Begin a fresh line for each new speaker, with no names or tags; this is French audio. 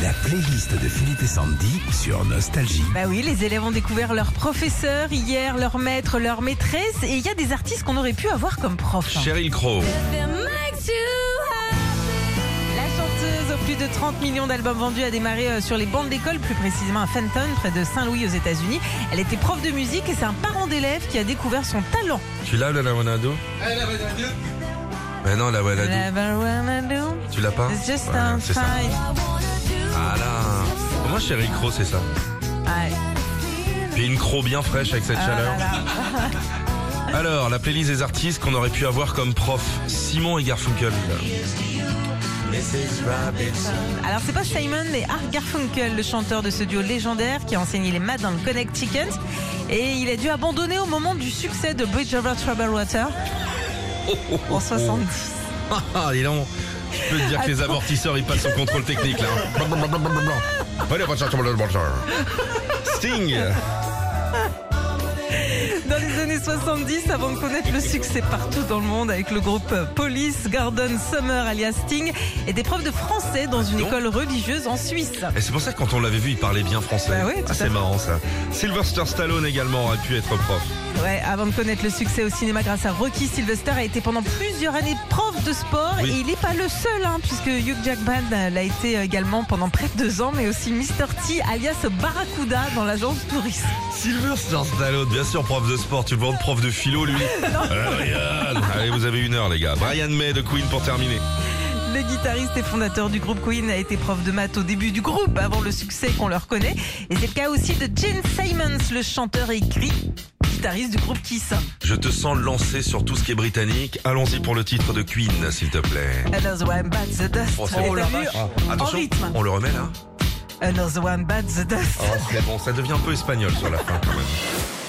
La playlist de Philippe et Sandy sur Nostalgie.
Bah oui, les élèves ont découvert leur professeur hier, leur maître, leur maîtresse, et il y a des artistes qu'on aurait pu avoir comme prof. hein.
Cheryl Crow,
La chanteuse aux plus de 30 millions d'albums vendus a démarré euh, sur les bancs de l'école, plus précisément à Fenton, près de Saint-Louis aux États-Unis. Elle était prof de musique et c'est un parent d'élève qui a découvert son talent.
tu l'as le Lawanado Mais non, la Lawanado, tu l'as pas
It's just
Ouais,
a
C'est ça.
fine.
Voilà. Pour moi, Cheryl Crow, c'est ça.
Ouais.
Puis une croc bien fraîche avec cette
Ah
chaleur.
là là.
Alors, la playlist des artistes qu'on aurait pu avoir comme prof, Simon et Garfunkel.
Alors c'est pas Simon mais Art Garfunkel, le chanteur de ce duo légendaire qui a enseigné les maths dans le Connecticut et il a dû abandonner au moment du succès de Bridge Over Troubled Water
Oh, oh, oh,
en
oh.
70.
Ah, ah, dis donc. Je peux te dire que les amortisseurs, ils passent au contrôle technique là. Sting
Dans les années 70, avant de connaître le succès partout dans le monde avec le groupe Police, Garden Summer alias Sting et des profs de français dans une
Non.
école religieuse en Suisse.
Et c'est pour ça que quand on l'avait vu, il parlait bien français.
Bah oui, tout
Ah,
à
c'est
fait.
marrant ça. Sylvester Stallone également aurait pu être prof.
Ouais, avant de connaître le succès au cinéma grâce à Rocky, Sylvester a été pendant plusieurs années prof de sport
Oui.
et il n'est pas le seul, hein, puisque Hugh Jackman euh, l'a été également pendant près de deux ans, mais aussi Mr. T alias Barracuda dans l'agence Touriste.
Sylvester Stallone, bien sûr, prof de sport. Tu le vois en prof de philo, lui Alors, Brian. Allez, vous avez une heure, les gars. Brian May de Queen pour terminer.
Le guitariste et fondateur du groupe Queen a été prof de maths au début du groupe, avant le succès qu'on leur connaît. Et c'est le cas aussi de Gene Simons, le chanteur et gri- guitariste du groupe Kiss.
Je te sens lancé sur tout ce qui est britannique. Allons-y pour le titre de Queen, s'il te plaît.
Another one bites the dust.
Oh, c'est
Et
bon.
t'as vu,
Ah,
en
Attention,
rythme.
on le remet là.
Another one bites the dust.
Oh, c'est bon, ça devient un peu espagnol sur la fin quand même.